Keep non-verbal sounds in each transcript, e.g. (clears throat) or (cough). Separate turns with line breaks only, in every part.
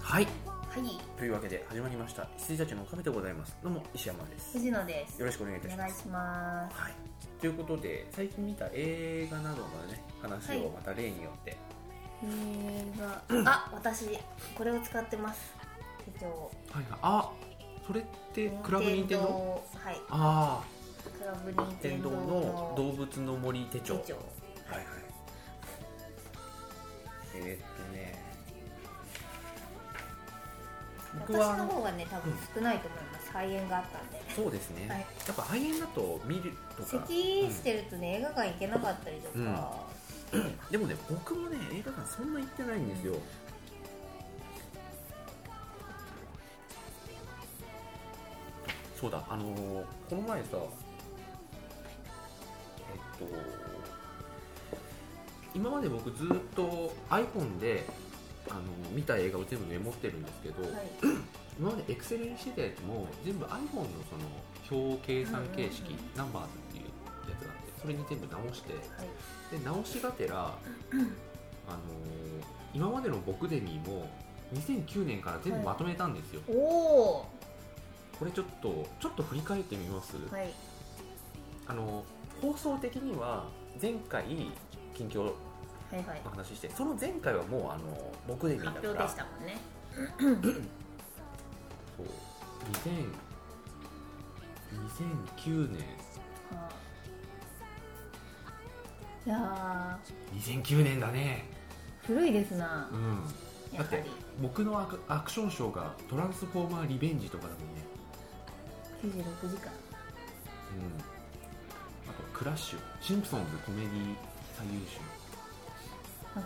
はい
はい、
というわけで始まりました羊たちのカフェでございますどうも石山です
藤野です。
よろしくお願いいた
お
し
願
ま
い
す
します。
はいということで最近見た映画などのね話
は
を
い
また例によって、
映画、あ、私これを使ってます。手帳。
はいはい、あそれってクラブ任天堂
はい、
あ
クラブ任
あ任
天
天
堂
堂の
の
動物の森手
手
帳
帳。
はいはいえーっとね僕は
私の方がね、多分少ないと思います。肺炎があったんで。
そうですね、
はい
やっぱ肺炎だと見るとか
咳してるとね、映画館行けなかったりとか、
でもね僕もね映画館そんな行ってないんですよそうだあのーこの前さえっと今まで僕ずっと iPhone であのー見た映画を全部メモってるんですけど、
はい、
今まで Excel にしてたやつも全部 iPhone のその表計算形式、
うんうん
ナンバーズっていうやつがあってそれに全部直して、
はい
で直しがてら、あのー今までの僕デミーも2009年から全部まとめたんですよ、
おお
これちょっとちょっと振り返ってみます、
ー、はい、
あのー放送的には前回近況の
はいはい。
話してその前回はもうあのー僕デミーだ
発
から
表でしたもんね。
そう2000 2009年
はいいや
2009年だね
ー、古いですな
う。ん
やは
だっ
り
て僕のアクアクションショーが「トランスフォーマーリベンジ」とかだもんね
96時間。
うんあと「クラッシュ」「シンプソンズコメディ最優秀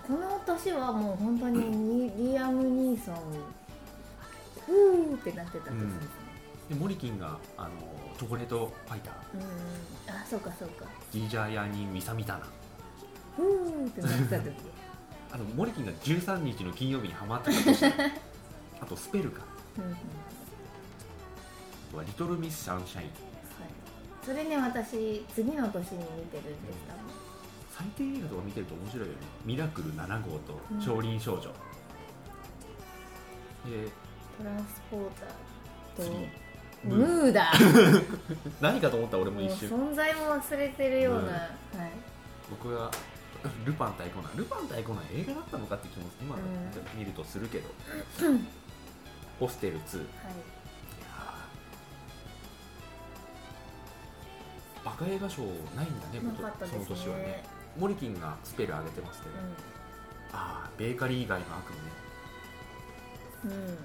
この年はもう本当に
(clears throat)
にリアム・ニーソンふーってなってた年ですね」
でモリキンがあのチョコレートファイター
うん、うん、あそうかそうか
ギージャーヤにミサミタナ
ふーってなってた時
あのモリキンが13日の金曜日にハマってたとした (laughs) あと「スペルカ」
うん、うんはい、
あとは「リトル・ミス・シャンシャイン」
それね私次の年に見てるんです多
最低映画とか見てると面白いよね「ミラクル7号」と
う
「
ん
少林少女」で
分トランスポーター
次
と
ブー
ムーだ
何かと思った俺も
もう
一瞬
存在も忘れてるような、
うん
はい
僕はルパン対コナンルパン対コナン映画だったのかって気も今の見るとするけど、ホステル2い
は
や
い
ーバカ映画賞ないんだね
な
こと
かったです
その
ね
年はねモリキンがスペル上げてますけど、ああベーカリー以外の悪夢
う
ね
ん、う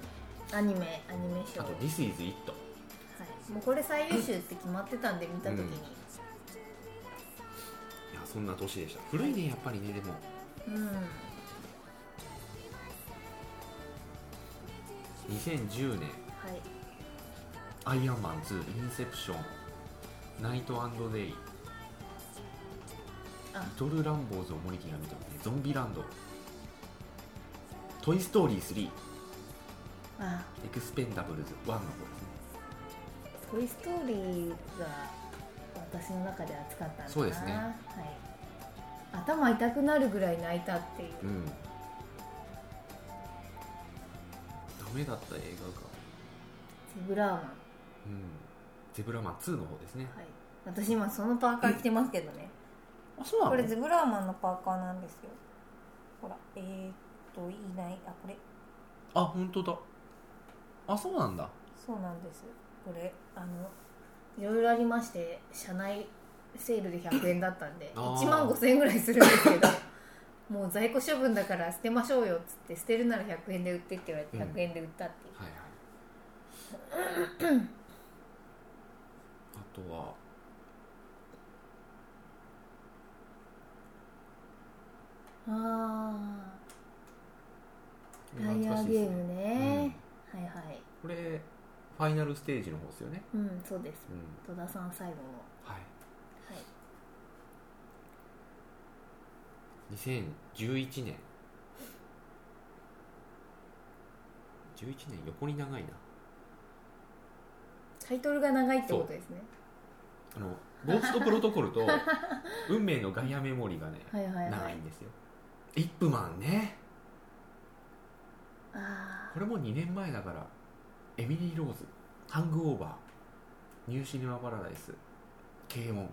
ん、アニメアニメ賞
あ
は
と「This is It」
いもうこれ最優秀って決まってたんで見た時に、
いやそんな年でした古いねやっぱりねでも
うん
2010
はい、
年「アイアンマン2」「インセプション」「ナイトデイ」「リ
あ
トル・ランボーズ」を森木が見てもね「ゾンビランド」「トイ・ストーリー3」
あ
「エクスペンダブルズ1」の方ですね
トイ・ストーリーが私の中で熱かったんだな
そうですね
はい、頭痛くなるぐらい泣いたっていう
う、んダメだった映画か
ゼブラーマン、
うんゼブラマン2の方ですね
はい、私今そのパーカー着てますけどね、
あそうな
これゼブラーマンのパーカーなんですよほらえー、っといないあこれ
あ本当だあそうなんだ
そうなんですこれあのいろいろありまして社内セールで100円だったんで
あー
1万5000円ぐらいするんですけど (laughs) もう在庫処分だから捨てましょうよっつって捨てるなら100円で売ってって言われて
うん
100円で売ったっていう、
はいはいあとは
ああ
これ
ライ
懐
ア
かし
ー
い
ゲ
です
ー
ね
ムね、はいはい
これファイナルステージの方ですよね
うんそうです
うん
戸田さん最後の
はい
はい
2011年11年横に長いな
タイトルが長いってことですね
あのゴーストプロトコル (laughs) と運命のガイアメモリーがね
はいはいはい
長いんですよイップマンね
ああ
これも2年前だからエミリー・ローズハングオーバーニューシネマ・パラダイス軽音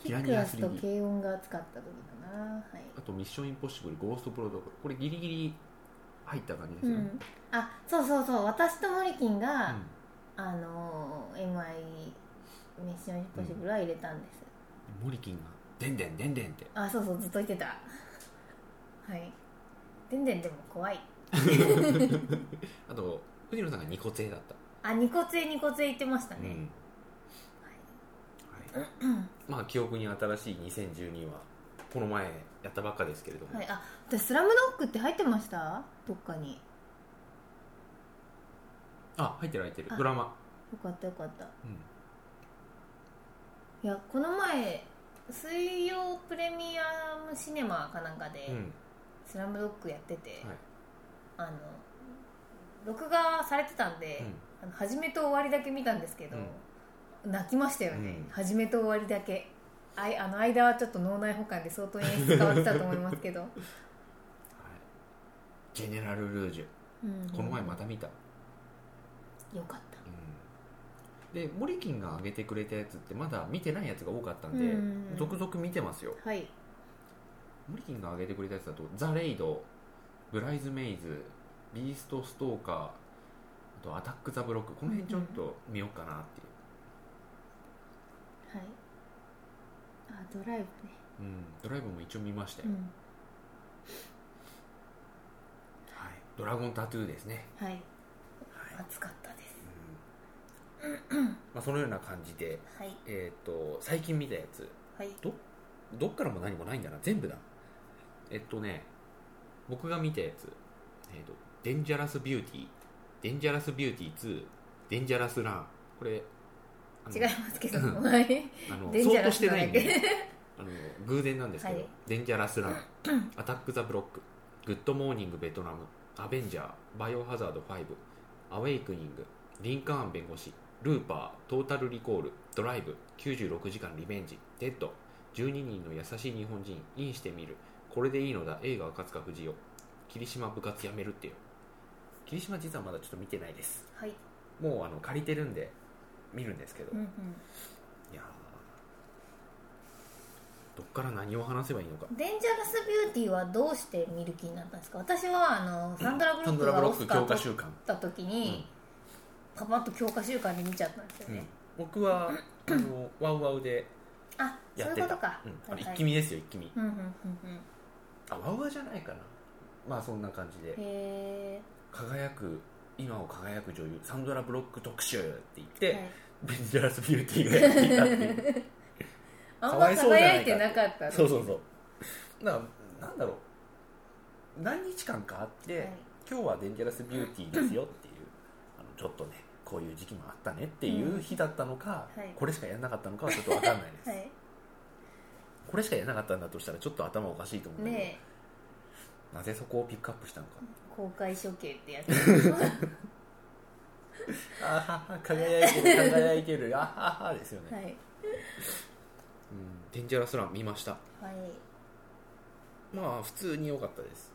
キ
ピラ
ッ
ニ
ク
ア
アスと
3D
軽音が熱かった時かなは
あと「ミッション・インポッシブル」「ゴースト・プロトコル」これギリギリ入った感じ
い、
です
う
よね、
ん、あそうそうそう私とモリキンが、
うん
あのー MI ミッションインポッシブルは入れたんです、
モリキンが「でんでんでんでん」って
あそうそうずっと言ってたはいでんでんでも怖い
あと藤野さんがニコツェだった、
あニコツエニコツエ言ってました
う
ね、
んはい、 (clears throat) まあ記憶に新しい2012はこの前やったばっかですけれども、
はい、あでスラムドッグ」って入ってましたどっかに
あ入ってる入ってる
あ
ドラマ、
よかったよかった
うん
いやこの前水曜プレミアムシネマかなんかで
うん
「スラムドッグやってて、
はい
あの録画されてたんで、あの初めと終わりだけ見たんですけど、泣きましたよね、
うん
初めと終わりだけあいあの間はちょっと脳内保管で相当演出変わってたと思いますけど、
はいジェネラル・ルージュ
うん
(laughs) この前また見た、
よかった
うんでモリキンが上げてくれたやつってまだ見てないやつが多かったんで、
うん
続々見てますよ
はい
モリキンが上げてくれたやつだと「ザ・レイド」「ブライズ・メイズ」「ビースト・ストーカー」あと「アタック・ザ・ブロック」この辺ちょっと見ようかなっていう、
はいあドライブね
うん、ドライブも一応見ました
う
よ、
ん
はい、ドラゴンタトゥーですね、
はい
はい
熱かったです
うんまあ、そのような感じで、
はい
えー、と最近見たやつ
はい
どっからも何もないんだな全部だえっとね僕が見たやつえっと「デンジャラスビューティー」「デンジャラスビューティー2」「デンジャラスラン」これあの
違いますけど
(laughs)
はい
あの
デンジャ
相当
ラ
し
ス
て
な
ない
だ
ん
け (laughs)
であの偶然なんですけど「
はい
デンジャラ
(laughs)
スラン」「アタック・ザ・ブロック」「グッド・モーニング・ベトナム」「アベンジャー」「バイオハザード5」「アウェイクニング」「リンカーン弁護士」「ルーパー」「トータル・リコール」「ドライブ」「96時間リベンジ」「デッド」「12人の優しい日本人」「インしてみる」「これでいいのだ」「映画赤塚不二夫」「霧島部活やめるってよ」霧島実はまだちょっと見てないです
はい
もうあの借りてるんで見るんですけど、
うんうん
いやーどっから何を話せばいいのか
デンジャラスビューティーはどうして見る気になったんですか私はあのサンドラ・ブロ
サ
ッ
ンド
ク
ラ・ブ
が
ロ
オ
ッ
ス
ク
カ
強
ー
化
取
週間、
った時に、パパッと強化週間で見ちゃったんですよ
う
ね、
ん僕はあのワウワウで
あそう
や
い
っ
う
て
こと
た
か、
うんあ
はい
れ
はい
一気見ですよ一気見
うんうんうんうん
あワウワウじゃないかなまあそんな感じで
へ
輝く今を輝く女優サンドラ・ブロック特集って言っ
え、
て、
はい
ベンジャラス・ビューティーがやっていたっていう (laughs)
あん
か
ま
わいそうじゃな
輝い
いか
てなかった
そうそうそうななんだろう何日間かあって、
はい
今日はデンジャラスビューティーですよっていうあのちょっとねこういう時期もあったねっていう日だったのか、
うんはい
これしかやらなかったのかはちょっと分かんないです、
はい
これしかやらなかったんだとしたらちょっと頭おかしいと思うんだけど、
ね
なぜそこをピックアップしたのか
え公開処刑ってやつは
あはは輝いてる輝いてるあ
(laughs)
ははですよね、
いはい
うん、デンジャラスラン見ましたまあ普通に良かったです、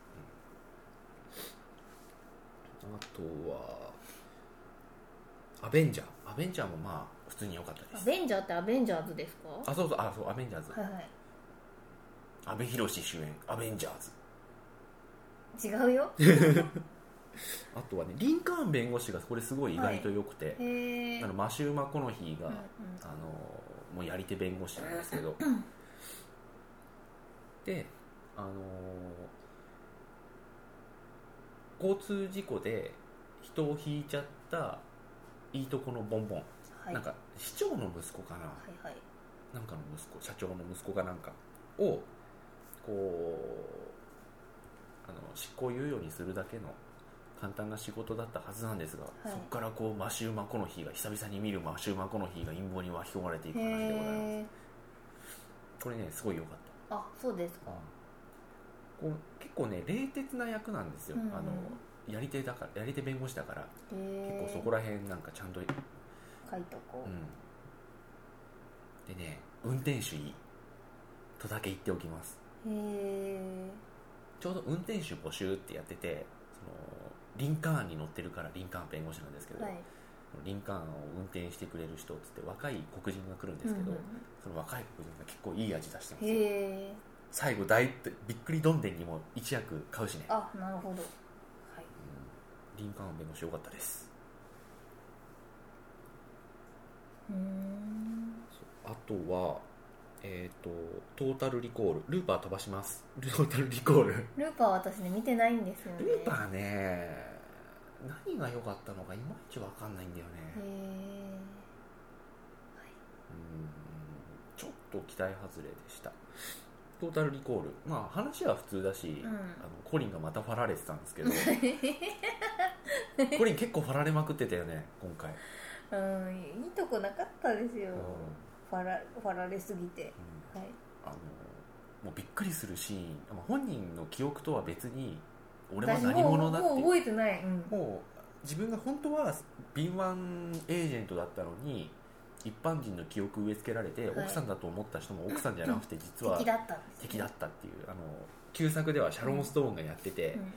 うんあとはアベンジャーアベンジャーもまあ普通に良かったで
ア
す
ベンジャーってアベンジャーズですか
あそうそうあそうアベンジャーズ、
はいはい
阿部寛主演アベンジャーズ
違うよ
あとはねリンカーン弁護士がこれすごい意外と良くて、
へえ、
あのマシューマコノヒーが、
うんうん
あのもうやり手弁護士なんですけどであの交通事故で人を引いちゃったいいとこのボンボン、
はい
なんか市長の息子かな、
はいはい
なんかの息子社長の息子かなんかをこうあの執行猶予にするだけの簡単な仕事だったはずなんですが、
い
そこからこうマシューマコノヒーが久々に見るマシューマコノヒーが陰謀に巻き込まれていく話でございます
へえ
これねすごい良かっ
あそうです
た
か、
こう結構ね冷徹な役なんですよ、
うんうん
あのやり手だからやり手弁護士だから
へ
結
え
構そこら辺なんかちゃんと、うん、
書いとこう、
でね運転手いいとだけ言っておきます
へえ
ちょうど運転手募集ってやっててそのリンカーンに乗ってるからリンカーン弁護士なんですけど、
はい
リンカーンを運転してくれる人っつって若い黒人が来るんですけ
う
ど、
んうん
その若い黒人が結構いい味出してますよ
へえ
最後大ってびっくりどんでんにも一役買うしね
あなるほどはい
リンカーン弁護士良かったです
うーん
あとはえっ、とトータルリコールルーパー飛ばしますルトータルリコール
ルーパーは私ね見てないんですよね
ルーパーね何が良かったのかいまいち分かんないんだよね、
へえ
うんちょっと期待外れでしたトータルリコールまあ話は普通だし、
うん
あのコリンがまたファラれてたんです
(laughs)
けどコリン結構ファラれまくってたよね今回、
うんいいとこなかったですよ
うん
ファラファラれすぎて
うん
はい
あのもうびっくりするシーンまあ本人の記憶とは別に俺は
私
何
もう
者だって
もう
も
覚えてないうん
う自分が本当は敏腕エージェントだったのに一般人の記憶植え付けられて、
はい
奥さんだと思った人も奥さんじゃなくて実は
敵だったんです
敵だったっていうあの旧作ではシャロン・ストーンがやってて、
うん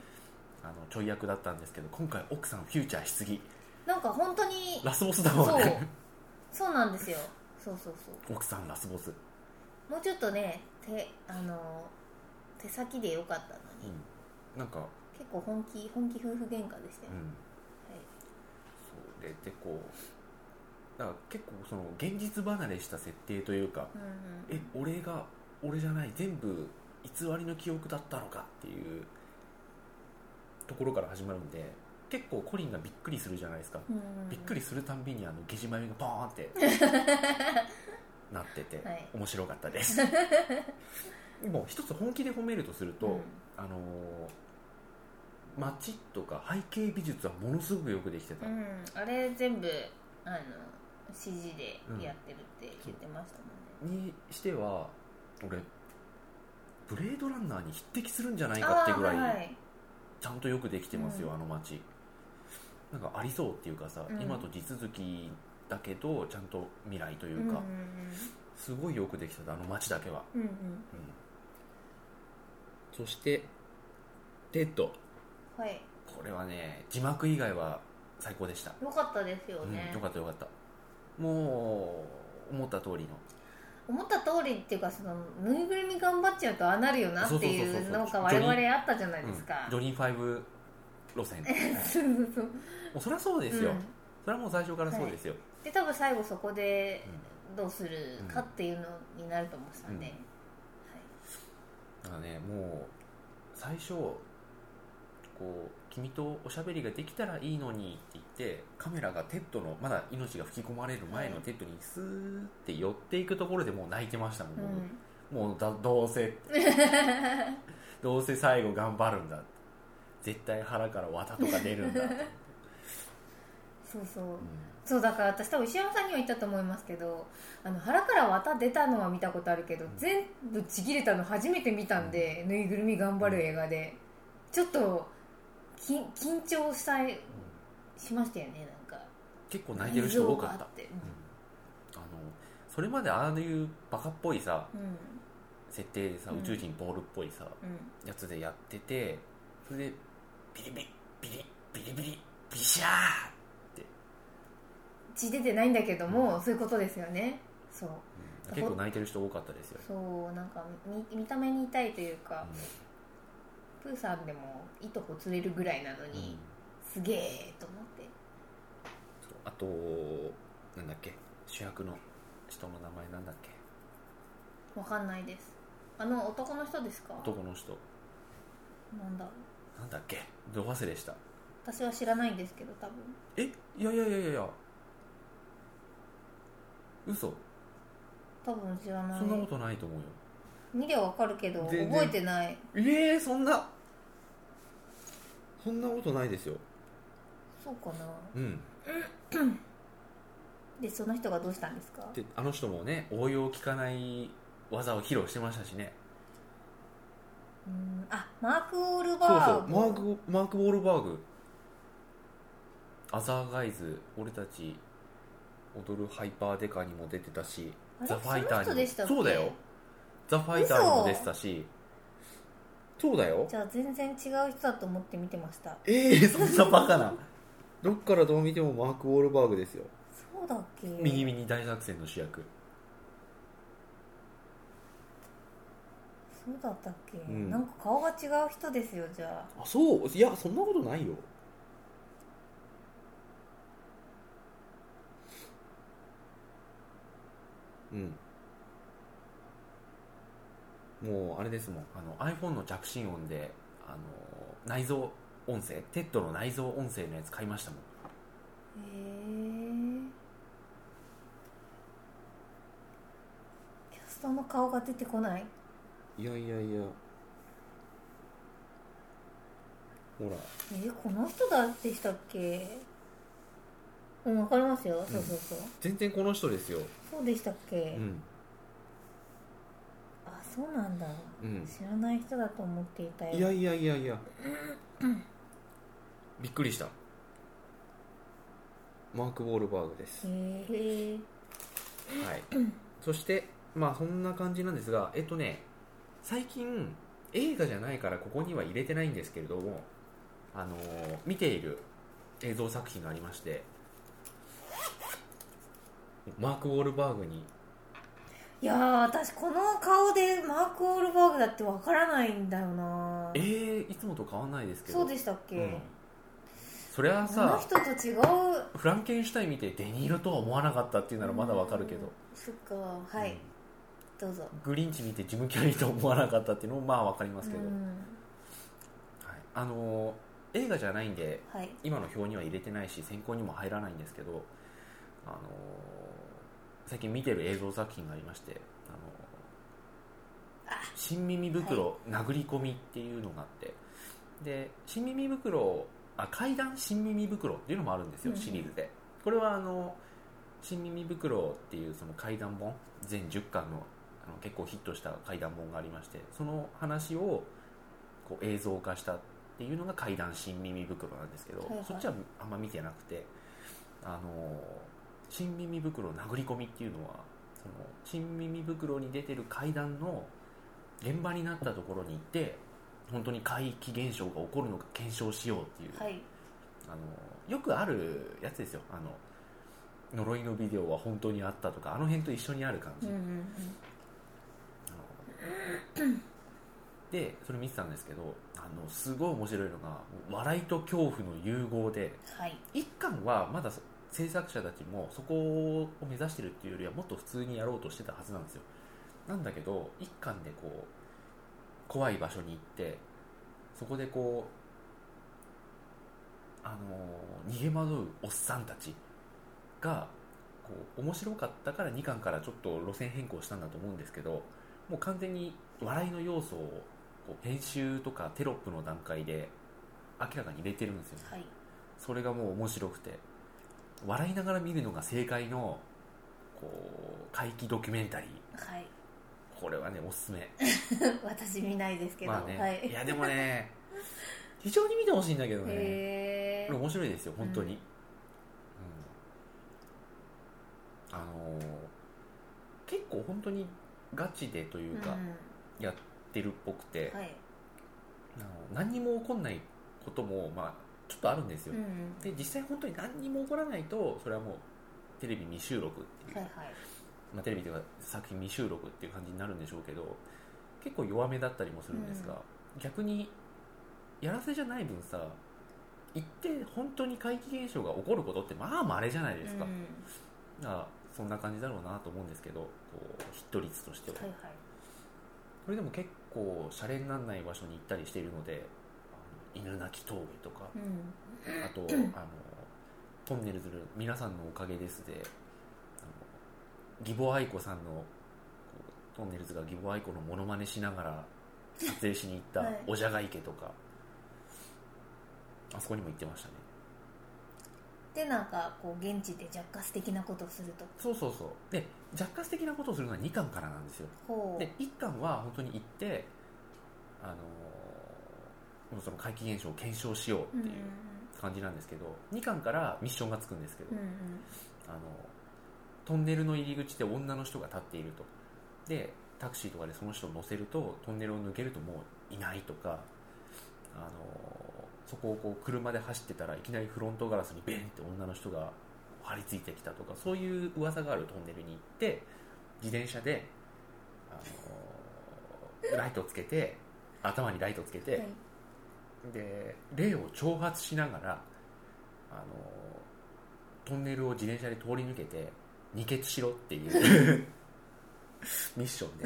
あのちょい役だったんですけど今回奥さんフューチャーしすぎ
なんか本当に
ラスボスだもん
そう
ね
そうなんですよそうそうそう
奥さんラスボス、うん、
もうちょっとね手あの手先でよかったのに、
なんか、
結構本気本気夫婦喧嘩でしたよ
う、ん、
は
それでこうだから結構その現実離れした設定というか
いうんうん
え俺が俺じゃない全部偽りの記憶だったのかっていうところから始まるんで結構コリンがびっくりするじゃないですか
うんうん
びっくりするたんびにあのゲジ眉がポーンってなって
(laughs)
て、
はい
面白かったです
(laughs)
でも一つ本気で褒めるとすると、
うん
あのー街とか背景美術はものすごくよくできてた、
うんあれ全部あの指示でやってるって言ってましたもんね、
にしては俺ブレードランナーに匹敵するんじゃない
あ
かっ
あ
て
ー
ぐ
は
ら
いはいい
ちゃんとよくできてますよ、
うん
あの街なんかありそうっていうかさ、
うん
今と地続きだけどちゃんと未来という
うんうん
か、すごいよくできてたあの街だけは
うん、うんうん、
そしてテッド
はい
これはね字幕以外は最高でした、
よかったですよ
うん
ね、
よかったよかったもう思った通りの
思った通りっていうかそのぬいぐるみ頑張っちゃうとああなるよなって
そうそう
い
そううそう
の
そ
が
う
我々あったじゃないですか、
ジョニー5路線も
そう (laughs) そうそう
うそりゃそうですよ、
うん
それはもう最初からそうですよ、
で多分最後そこで
うん
どうするかっていうのになると思ってたんで、
うんだからねもう最初こう君とおしゃべりができたらいいのにって言ってカメラがテッドのまだ命が吹き込まれる前のテッドにスーって寄っていくところでもう泣いてましたもん、
はい、うん
もうだどうせ (laughs) ってどうせ最後頑張るんだって絶対腹から綿とか出るん (laughs) だって、
そうそう、
うん
そうだから私多分石山さんには言ったと思いますけどあの腹から綿出たのは見たことあるけど、
ん
全部ちぎれたの初めて見たんで、ぬいぐるみ頑張る映画で、ちょっとき緊張したいしましたよねなんか
結構泣いてる人多かっ
内臓が
た
あ、て
うんあのそれまでああいうバカっぽいさ
うん
設定でさ
うん
宇宙人ボールっぽいさ、
うん
やつでやっててそれでビリビリビリビリビリビシャー
血出てないんだけども、そういうことですよねそう
うん結構泣いてる人多かったですよ、
そうなんか見見た目に痛いというか、プーさんでもいとこ釣れるぐらいなの
うん
に、すげえと思って
そうあとなんだっけ主役の人の名前なんだっけ
わかんないですあの男の人ですか
男の人
なんだろう
なんだっけど忘れした
私は知らないんですけど多分
えいやいやいやいやいや嘘
多分知らない
そんなことないと思うよ
見りゃわかるけど覚
全然
えてない
ええそんなそんなことないですよ
そうかな
うん
でその人がどうしたんですか
であの人もね応用効かない技を披露してましたしね
うーんあマーク・オール
そうそ
バー
う
グ
マークマーク・ウォールバーグアザーガイズ俺たち踊るハイパーデカにも出てたし
あれ
ザ・ファイターに
その人
も
でしたっけ
そうだよザ・ファイターにも出てたしそうだよ
じゃあ全然違う人だと思って見てました
ええ (laughs) そんなバカなどっからどう見てもマーク・ウォールバーグですよ
そうだっけ
右耳大作戦の主役
そうだったっけ、
うん
なんか顔が違う人ですよじゃあ
あそういやそんなことないようんもうあれですもんあの iPhone の着信音であの内蔵音声テッドの内蔵音声のやつ買いましたもん
へえキャストの顔が出てこない
いやいやいやほら
えーこの人だでしたっけうんわかりますよ、そうそうそう
全然この人ですよ
そうでしたっけ、
うん
あそうなんだ
うん
知らない人だと思っていたよ
いやいやいやいやびっくりしたマーク・ウォールバーグです、
へえ
はい、そしてまあそんな感じなんですがえっとね最近映画じゃないからここには入れてないんですけれどもあのー見ている映像作品がありましてマーク・ウォールバーグに
いやー私この顔でマーク・オールバーグだってわからないんだよな
えー、いつもと変わんないですけど
そうでしたっけ、
うんそれは
この
さ
人と違う
フランケンシュタイン見てデニーロとは思わなかったっていうならまだわかるけど、
そっかはい、
うん
どうぞ
グリンチ見てジム・キャリーと思わなかったっていうのもまあわかりますけど、
う
はい、
ん、
あのー映画じゃないんで
はい
今の表には入れてないし選考にも入らないんですけど、あのー最近見てる映像作品がありまして「あのー新耳袋殴り込み」っていうのがあってで新耳袋あ階段新耳袋っていうのもあるんですよ
うん
シリーズで、これはあの新耳袋っていうその怪談本全10巻のあの結構ヒットした怪談本がありましてその話をこう映像化したっていうのが怪談新耳袋なんですけど、
はいはい
そっちはあんま見てなくてあの新耳袋殴り込みっていうのはその新耳袋に出てる怪談の現場になったところに行って本当に怪奇現象が起こるのか検証しようっていう、
はい
あのよくあるやつですよあの呪いのビデオは本当にあったとかあの辺と一緒にある感
う
じ、
んうんうん
あのでそれ見てたんですけどあのすごい面白いのが笑いと恐怖の融合で
はい
一巻はまだそ制作者たちもそこを目指してるっていうよりはもっと普通にやろうとしてたはずなんですよなんだけど一巻でこう怖い場所に行ってそこでこうあのー逃げ惑うおっさんたちがこう面白かったから2巻からちょっと路線変更したんだと思うんですけどもう完全に笑いの要素をこう編集とかテロップの段階で明らかに入れてるんですよね
はい
それがもう面白くて笑いながら見るのが正解のこう怪奇ドキュメンタリー
はい (laughs)
これはねおすすめ
私見ないですけど、
まあね、、
はいい
やでもね非常に見てほしいんだけどね
へえ
これ面白いですよ本当に、うんあのー結構本当にガチでというか、やってるっぽくて、
うん、はい、
あの何にも起こんないことも、まあ、ちょっとあるんです
う
よ、
んうん、
で実際本当に何にも起こらないとそれはもうテレビ未収録っていう、
はいはい
まあ、テレビというか作品未収録っていう感じになるんでしょうけど結構弱めだったりもするんですが、逆にやらせじゃない分さ行って本当に怪奇現象が起こることってまあまれじゃないですか、
うん、
だからそんな感じだろうなと思うんですけどこうヒット率としては、
はいはい
それでも結構シャレにならない場所に行ったりしているのであの犬鳴き峠とか、
うん
あと、あの、トンネルズる皆さんのおかげですで、あの義母愛子さんの、こうトンネルズが義母愛子のモノマネしながら撮影しに行った
はい
おじゃが池とか、あそこにも行ってましたね。
でなんかこう現地で若干素敵なことをすると
そうそうそう。で、若干素敵なことをするのは2巻からなんですよ。
ほう
で、1巻は本当に行って、あのもうその怪奇現象を検証しようっていう感じなんですけど、2巻からミッションがつくんですけど
うん、うんうん
あのトンネルの入り口で女の人が立っているとでタクシーとかでその人を乗せるとトンネルを抜けるともういないとかあのそこをこう車で走ってたらいきなりフロントガラスにベンって女の人が張り付いてきたとかそういう噂があるトンネルに行って自転車で、あのライトつけて頭にライトつけて、
はい
で霊を挑発しながらあのトンネルを自転車で通り抜けて二血しろっていう
(laughs)
ミッション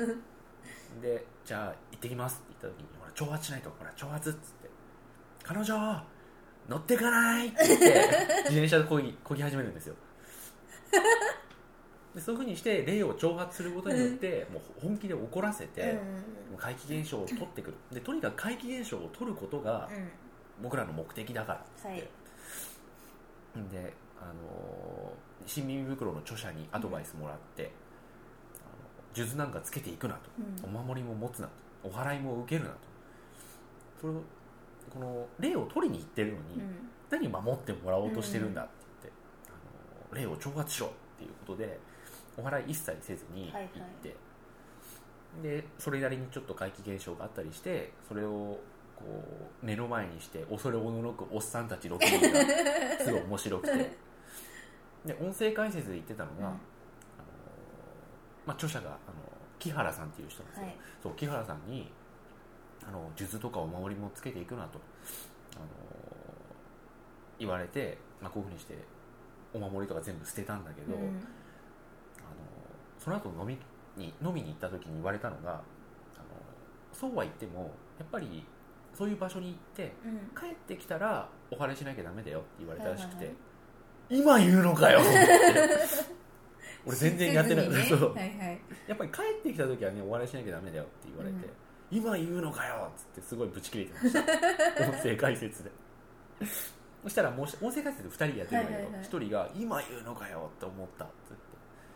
ででじゃあ行ってきますって言った時にほら挑発しないとほら挑発っつって彼女乗ってかないって
(laughs)
言って自転車でこぎこぎ始めるんですよでそういうふうにして霊を挑発することによってもう本気で怒らせて、
うん
怪奇現象を取ってくるでとにかく怪奇現象を取ることが
うん
僕らの目的だからっつって、
はい
で、あのー新耳袋の著者にアドバイスもらって、あの数珠なんかつけていくなと、
うん
お守りも持つなとお祓いも受けるなとそれをこの霊を取りに行ってるのに、
うん
何守ってもらおうとしてるんだって言って、あの霊を挑発しろっていうことでお祓い一切せずに行って、
はいはい
でそれなりにちょっと怪奇現象があったりしてそれをこう目の前にして恐れおののくおっさんたち6人がすごい面白くてで音声解説で言ってたのが、
うん
あのまあ、著者があの木原さんっていう人なんですよ、
はい
そう木原さんにあの術とかお守りもつけていくなと、あの言われて、まあ、こういうふうにしてお守りとか全部捨てたんだけど、
うん
あのその後飲みに飲みに行った時に言われたのがあのそうは言ってもやっぱりそういう場所に行って
うん
帰ってきたらお祓いしなきゃダメだよって言われたらしくて、
はい
今言うのかよって
(laughs)
俺全然やってない、
切ず
(laughs) そ
にね
う
はいはい
やっぱり帰ってきた時はねお笑いしなきゃダメだよって言われて、今言うのかよっつってすごいブチ切れて
(laughs)
ました音声解説でそしたらもうし音声解説2人やってるん
はい
だけど
はいはい
一人が「今言うのかよ」って思ったって言って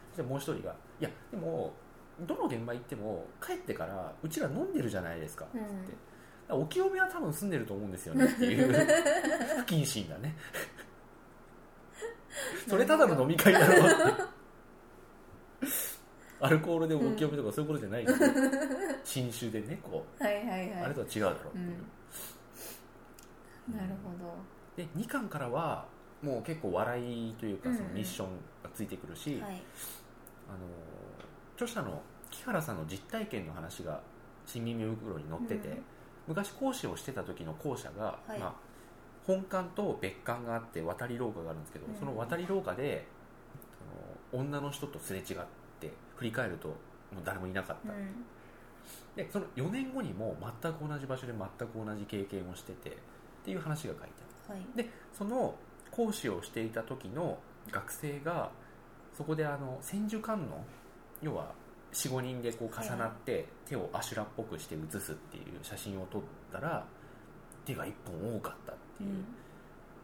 そしたらもう一人が「いやでもどの現場行っても帰ってからうちら飲んでるじゃないですか」っつって、
うん
だからお清めは多分住んでると思うんですよねっ
(laughs)
ていう不謹慎だねそれただの飲み会だろうってアルコールで動き読みとかそういうことじ
(laughs)
ゃないけど、新酒でねこ
はいはいは
う
い
あれとは違うだろうっていう、
なるほど
で2巻からはもう結構笑いというか
うん
そのミッションがついてくるし、
はい
あの著者の木原さんの実体験の話が「新耳袋」に載ってて、
うん
昔講師をしてた時の講者が、
はい
まあ、本館と別館があって渡り廊下があるんですけど、
うん
その渡り廊下であの女の人とすれ違って振り返るともう誰もいなかっ
う
た、
ん
でその4年後にも全く同じ場所で全く同じ経験をしててっていう話が書いてある
はい
でその講師をしていた時の学生がそこであの千手観音要は45人でこう重なって手を阿修羅っぽくして写すっていう写真を撮ったら手が1本多かったって
う
いうん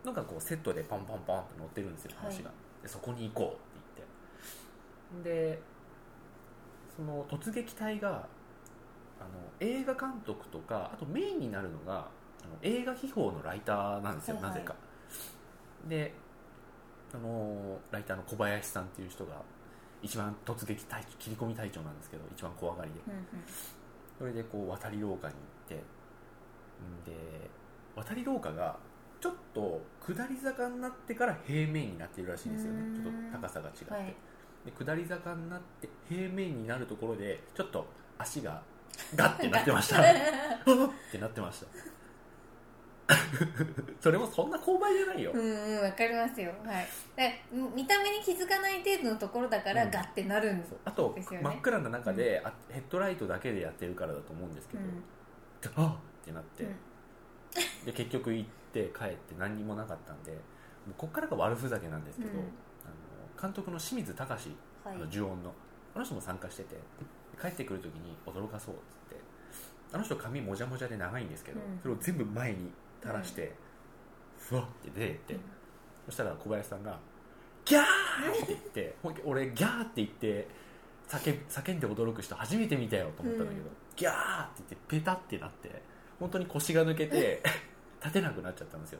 のがこうセットでパンパンパンって載ってるんですよ話が、
は
でそこに行こうって言ってでその突撃隊があの映画監督とかあとメインになるのがあの映画秘宝のライターなんですよ、
はいはい
なぜかであのライターの小林さんっていう人が一番突撃隊長切り込み隊長なんですけど一番怖がりで
うんうん
それでこう渡り廊下に行ってんで渡り廊下がちょっと下り坂になってから平面になっているらしいんですよ
う
ね
ーん
ちょっと高さが違って、
はい
で下り坂になって平面になるところでちょっと足がガッてなってました
(laughs)
あっってなってました (laughs) それもそんな勾配じゃないよ、
うんうんわかりますよはいで見た目に気づかない程度のところだから
うん
ガッてなるんです
そうあと、
ですよね
真っ暗な中で、あヘッドライトだけでやってるからだと思うんですけ
う
ど、
ん
あっってなって、
うん
で結局行って帰って何にもなかったんでもうこっからが悪ふざけなんですけど、
うん
あの監督の清水隆、
は
あ
い
の呪音のあの人も参加してて帰ってくる時に驚かそうっつってあの人髪もじゃもじゃで長いんですけど、
うん
それを全部前に垂らして、ふわって出てって、そしたら小林さんが「ギャー!」って言ってほんと俺ギャーって言って叫叫んで驚く人初めて見たよと思ったんだけど、
うん
ギャーって言ってペタってなって本当に腰が抜けて (laughs) 立てなくなっちゃったんですよ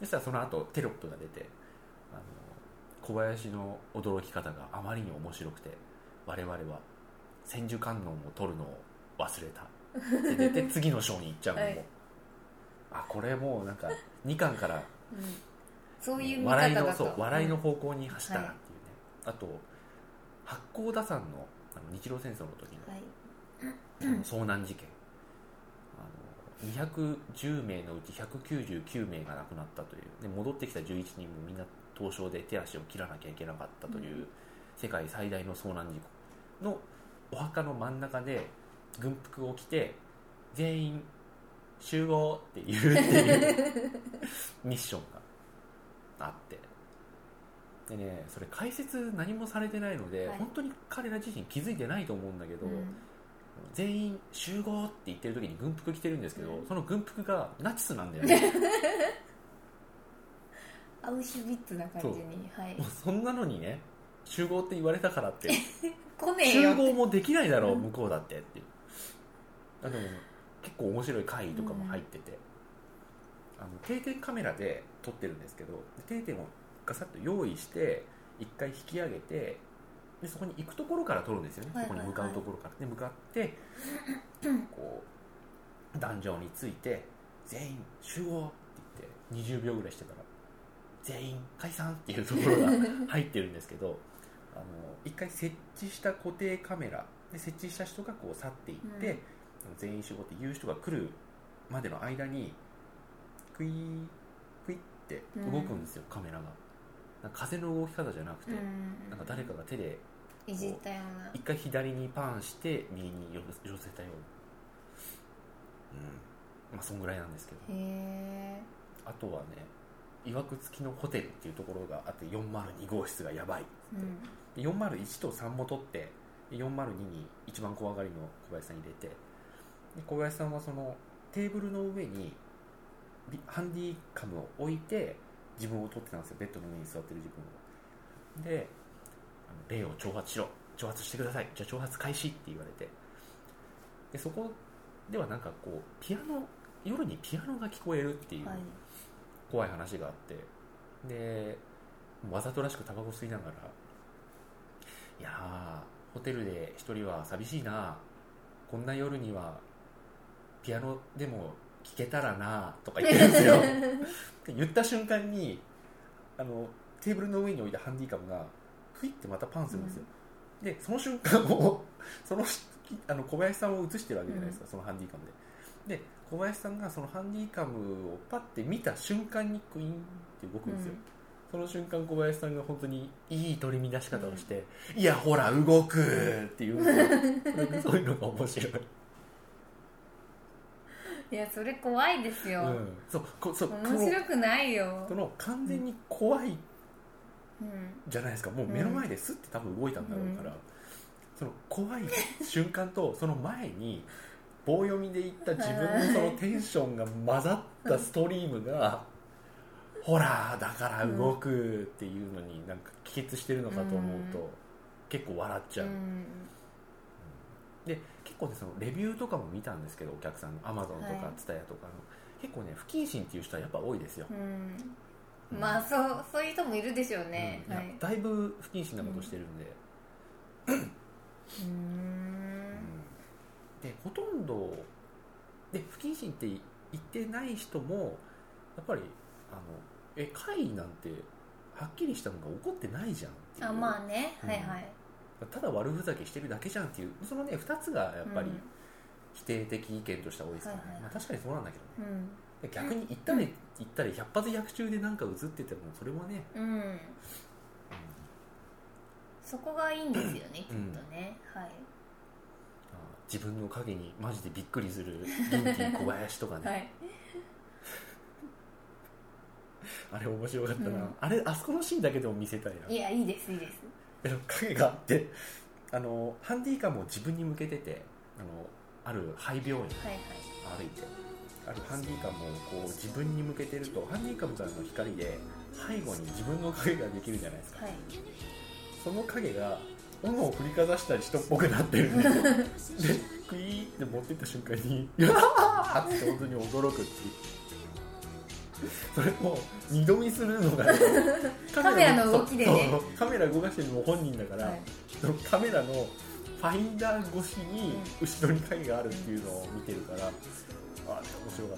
そしたらその後テロップが出てあの小林の驚き方があまりに面白くて我々は千手観音を取るのを忘れたって出て次の章に行っちゃうのも、
はい
あこれもうなんか2巻から
うんそういう見
笑い
方
の
だ
そ
と
う笑いの
うん
方向に走ったらっていうね、あと八甲田山のあの日露戦争の時の
はい
あの遭難事件あの210名のうち199名が亡くなったというで戻ってきた11人もみんな凍傷で手足を切らなきゃいけなかったという、
うん
世界最大の遭難事故のお墓の真ん中で軍服を着て全員集合って言うっていうミッションがあってでねそれ解説何もされてないので、
はい
本当に彼ら自身気づいてないと思うんだけど、
うん
全員集合って言ってる時に軍服着てるんですけど、その軍服がナチスなんだよね
アウシュビッツな感じにはい
もうそんなのにね集合って言われたからって
来ねえよ
集
って
合もできないだろう
うん
向こうだってっていうあでも結構面白い会議とかも入ってて、あの定点カメラで撮ってるんですけど定点をガサッと用意して一回引き上げてでそこに行くところから撮るんですよね、
はいはい
そこに向かうところからで向かってこ
(laughs)
う壇上について全員集合って言って20秒ぐらいしてから全員解散っていうところが入ってるんですけど (laughs) あの一回設置した固定カメラで設置した人がこう去っていって、
うん
全員集合って言う人が来るまでの間にクイークイって動くんですよ、カメラがなんか風の動き方じゃなくて、
うん
なんか誰かが手で
いじったような
一回左にパンして右に寄せ寄せたようなうんまあそんぐらいなんですけど
へえ
あとはねいわくつきのホテルっていうところがあって402号室がやばい
うん
で401と3も取ってで402に一番怖がりの小林さん入れてで小林さんはそのテーブルの上にビハンディカムを置いて自分を取ってたんですよベッドの上に座ってる自分をであの霊を挑発しろ挑発してくださいじゃあ挑発開始って言われてでそこではなんかこうピアノ夜にピアノが聞こえるっていう
はい
怖い話があってでわざとらしくタバコ吸いながらいやーホテルで一人は寂しいなこんな夜にはピアノでも聴けたらなとか言ってる
(laughs)
んですよで言った瞬間にあのテーブルの上に置いたハンディカムがふいってまたパンするんですよ、でその瞬間も (laughs) そのあの小林さんを映してるわけじゃないですか、そのハンディカムでで小林さんがそのハンディカムをパッて見た瞬間にクイーンって動くんですよ、
うん
その瞬間小林さんが本当にいい取り乱し方をして「いやほら動く!」っていうんですよ (laughs) そういうのが面白い、
いやそれ怖いです
う
よ、
ん、そうこそうこ
面
の
白くないよ
この完全に怖い
うん
じゃないですかもう目の前ですって多分動いたんだろうから、
う
その怖い瞬間とその前に棒読みで言った自分のそのテンションが混ざったストリーム
(laughs)
が「ほらだから動く」っていうのになんか帰結してるのかと思うと、
うん
結構笑っちゃう、
うん
で結構ねそのレビューとかも見たんですけどお客さんの Amazon と
は
か
い
TSUTAYA とかの、結構ね不謹慎っていう人はやっぱ多いですよ、
うん
うん
まあそうそういう人もいるでしょうね、
うんいや
はい
だいぶ不謹慎なことしてるんで、
うーん
でほとんどで不謹慎って言ってない人もやっぱりあのえ会なんてはっきりしたのが怒ってないじゃんっていう
あまあね、
うん
はいはい
ただ悪ふざけしてるだけじゃんっていうそのね2つがやっぱり否定的意見としては多いですからね、
はいはい
まあ、確かにそうなんだけどね
うん、
で逆に行ったり行ったり百発百中でなんか映っててもそれはね、
うんうんそこがいいんですよね、きっとねはい
あ自分の影にマジでびっくりするギンティ小林とか
(laughs)
ね、
はい
あれ面白かったな、
うん
あれあそこのシーンだけでも見せたいない
やいいですいいです
でも影があってあのハンディカムを自分に向けててあのある廃病院
はいはい
歩いてあるハンディカムをこう自分に向けてるとハンディカムからの光で背後に自分の影ができるじゃないですか
はい
その影が斧を振りかざしたり人っぽくなってるんですよで
(laughs)
クイーって持ってった瞬間に「うわー!」って本当に驚くっていうそれも二度見するの
(laughs)
がね
カメラの動きでね
そうカメラ動かしてるのも本人だから、
はい
そのカメラのフファインダー越しに後ろに影があるっていうのを見てるから、あ面白か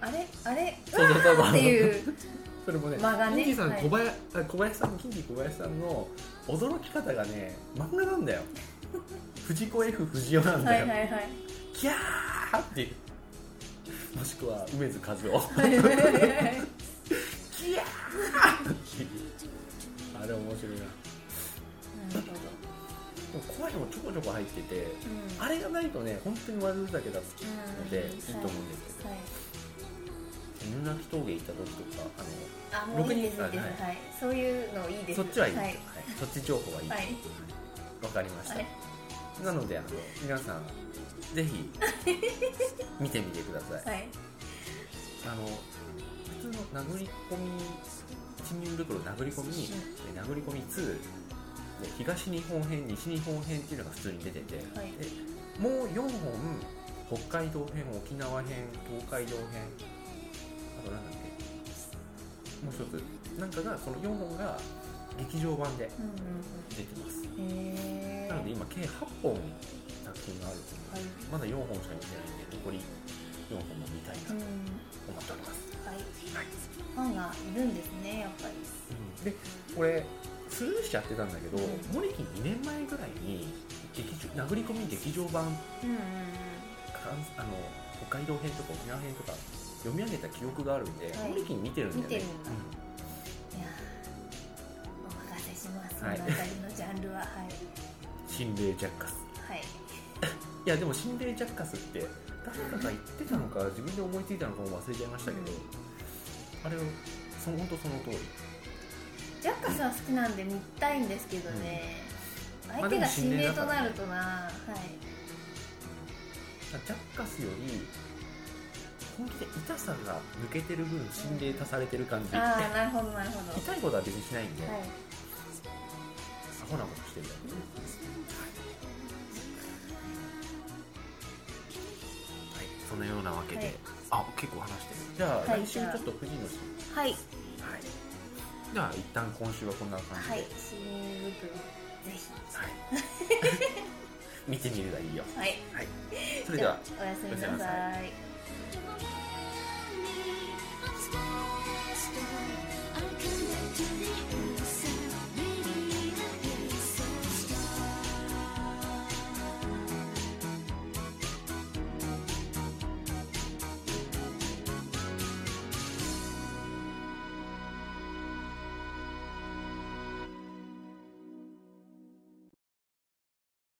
ったな
あれあれ
(laughs) そうそうそう
うわーっていう
それもね
間がね
キンキさん、
はい
小林あ小林さんのキンキ小林さんの驚き方がね漫画なんだよ藤子 F 不二雄なん
は
だ
い
よ、
はいはい
キャーってもしくは梅津和夫キャーって (laughs) あれ面白いなで
なるほど
も怖いもちょこちょこ入ってて
うん
あれがないとね本当に悪ふざけだ好き
うん
のでいいと思うんですけど
はい
犬鳴峠行った時とかあの
あもういいですいい
六
です
人あ
はい、
はい
そういうのいいです
そっちはいいです
は
よ、はい
い、
そっち情報はいいわ、
はい
かりました、
はい
なのであの皆さんぜひ見てみてください、
(laughs) はい
あの普通の殴り込み侵入袋殴り込み、で殴り込み2で東日本編西日本編っていうのが普通に出てて、
はい
でもう4本北海道編沖縄編東海道編あとなんだっけもう一つなんかがその4本が劇場版で
うん
出てます
うんうんへえ
なので今計8本作品があると
はい
まだ4本しか見てないんで残り4本も見たいな
う
と
ん
思っております、
はいファンがいるんですねやっぱり
でこれスルーしちゃってたんだけど、
うん
モリキン2年前ぐらいに劇場殴り込み劇場
う
版
んうんうん
かんあの北海道編とか沖縄編とか読み上げた記憶があるんで、
はい
モリキン見てるんだよね
見てるんだいやーお任せしますその
は
あ
い
たりのジャンルははい
うん心霊ジャッカス
はい
いやでも心霊ジャッカスって誰かが言ってたのか自分で思いついたのかも忘れちゃいましたけど、
うん
あれをその本当その通り
ジャッカスは好きなんで見たいんですけどね、相手が心霊となるとな、はい
ジャッカスより本気で痛さが抜けてる分心霊足されてる感じ、
ああなるほどなるほど
痛いことは別にしないんで、
はい
アホなことしてるだけはいそのようなわけで、
はい
あ結構話してる
じゃあ、
はい
来週ちょっと藤野氏
はい
はいじゃあ一旦今週はこんな感じで、
はい
(laughs)
心霊袋ぜひ
はい見てみるがいいよ
はい
それでは
おやすみ
おやすみ
な
な
さい
さ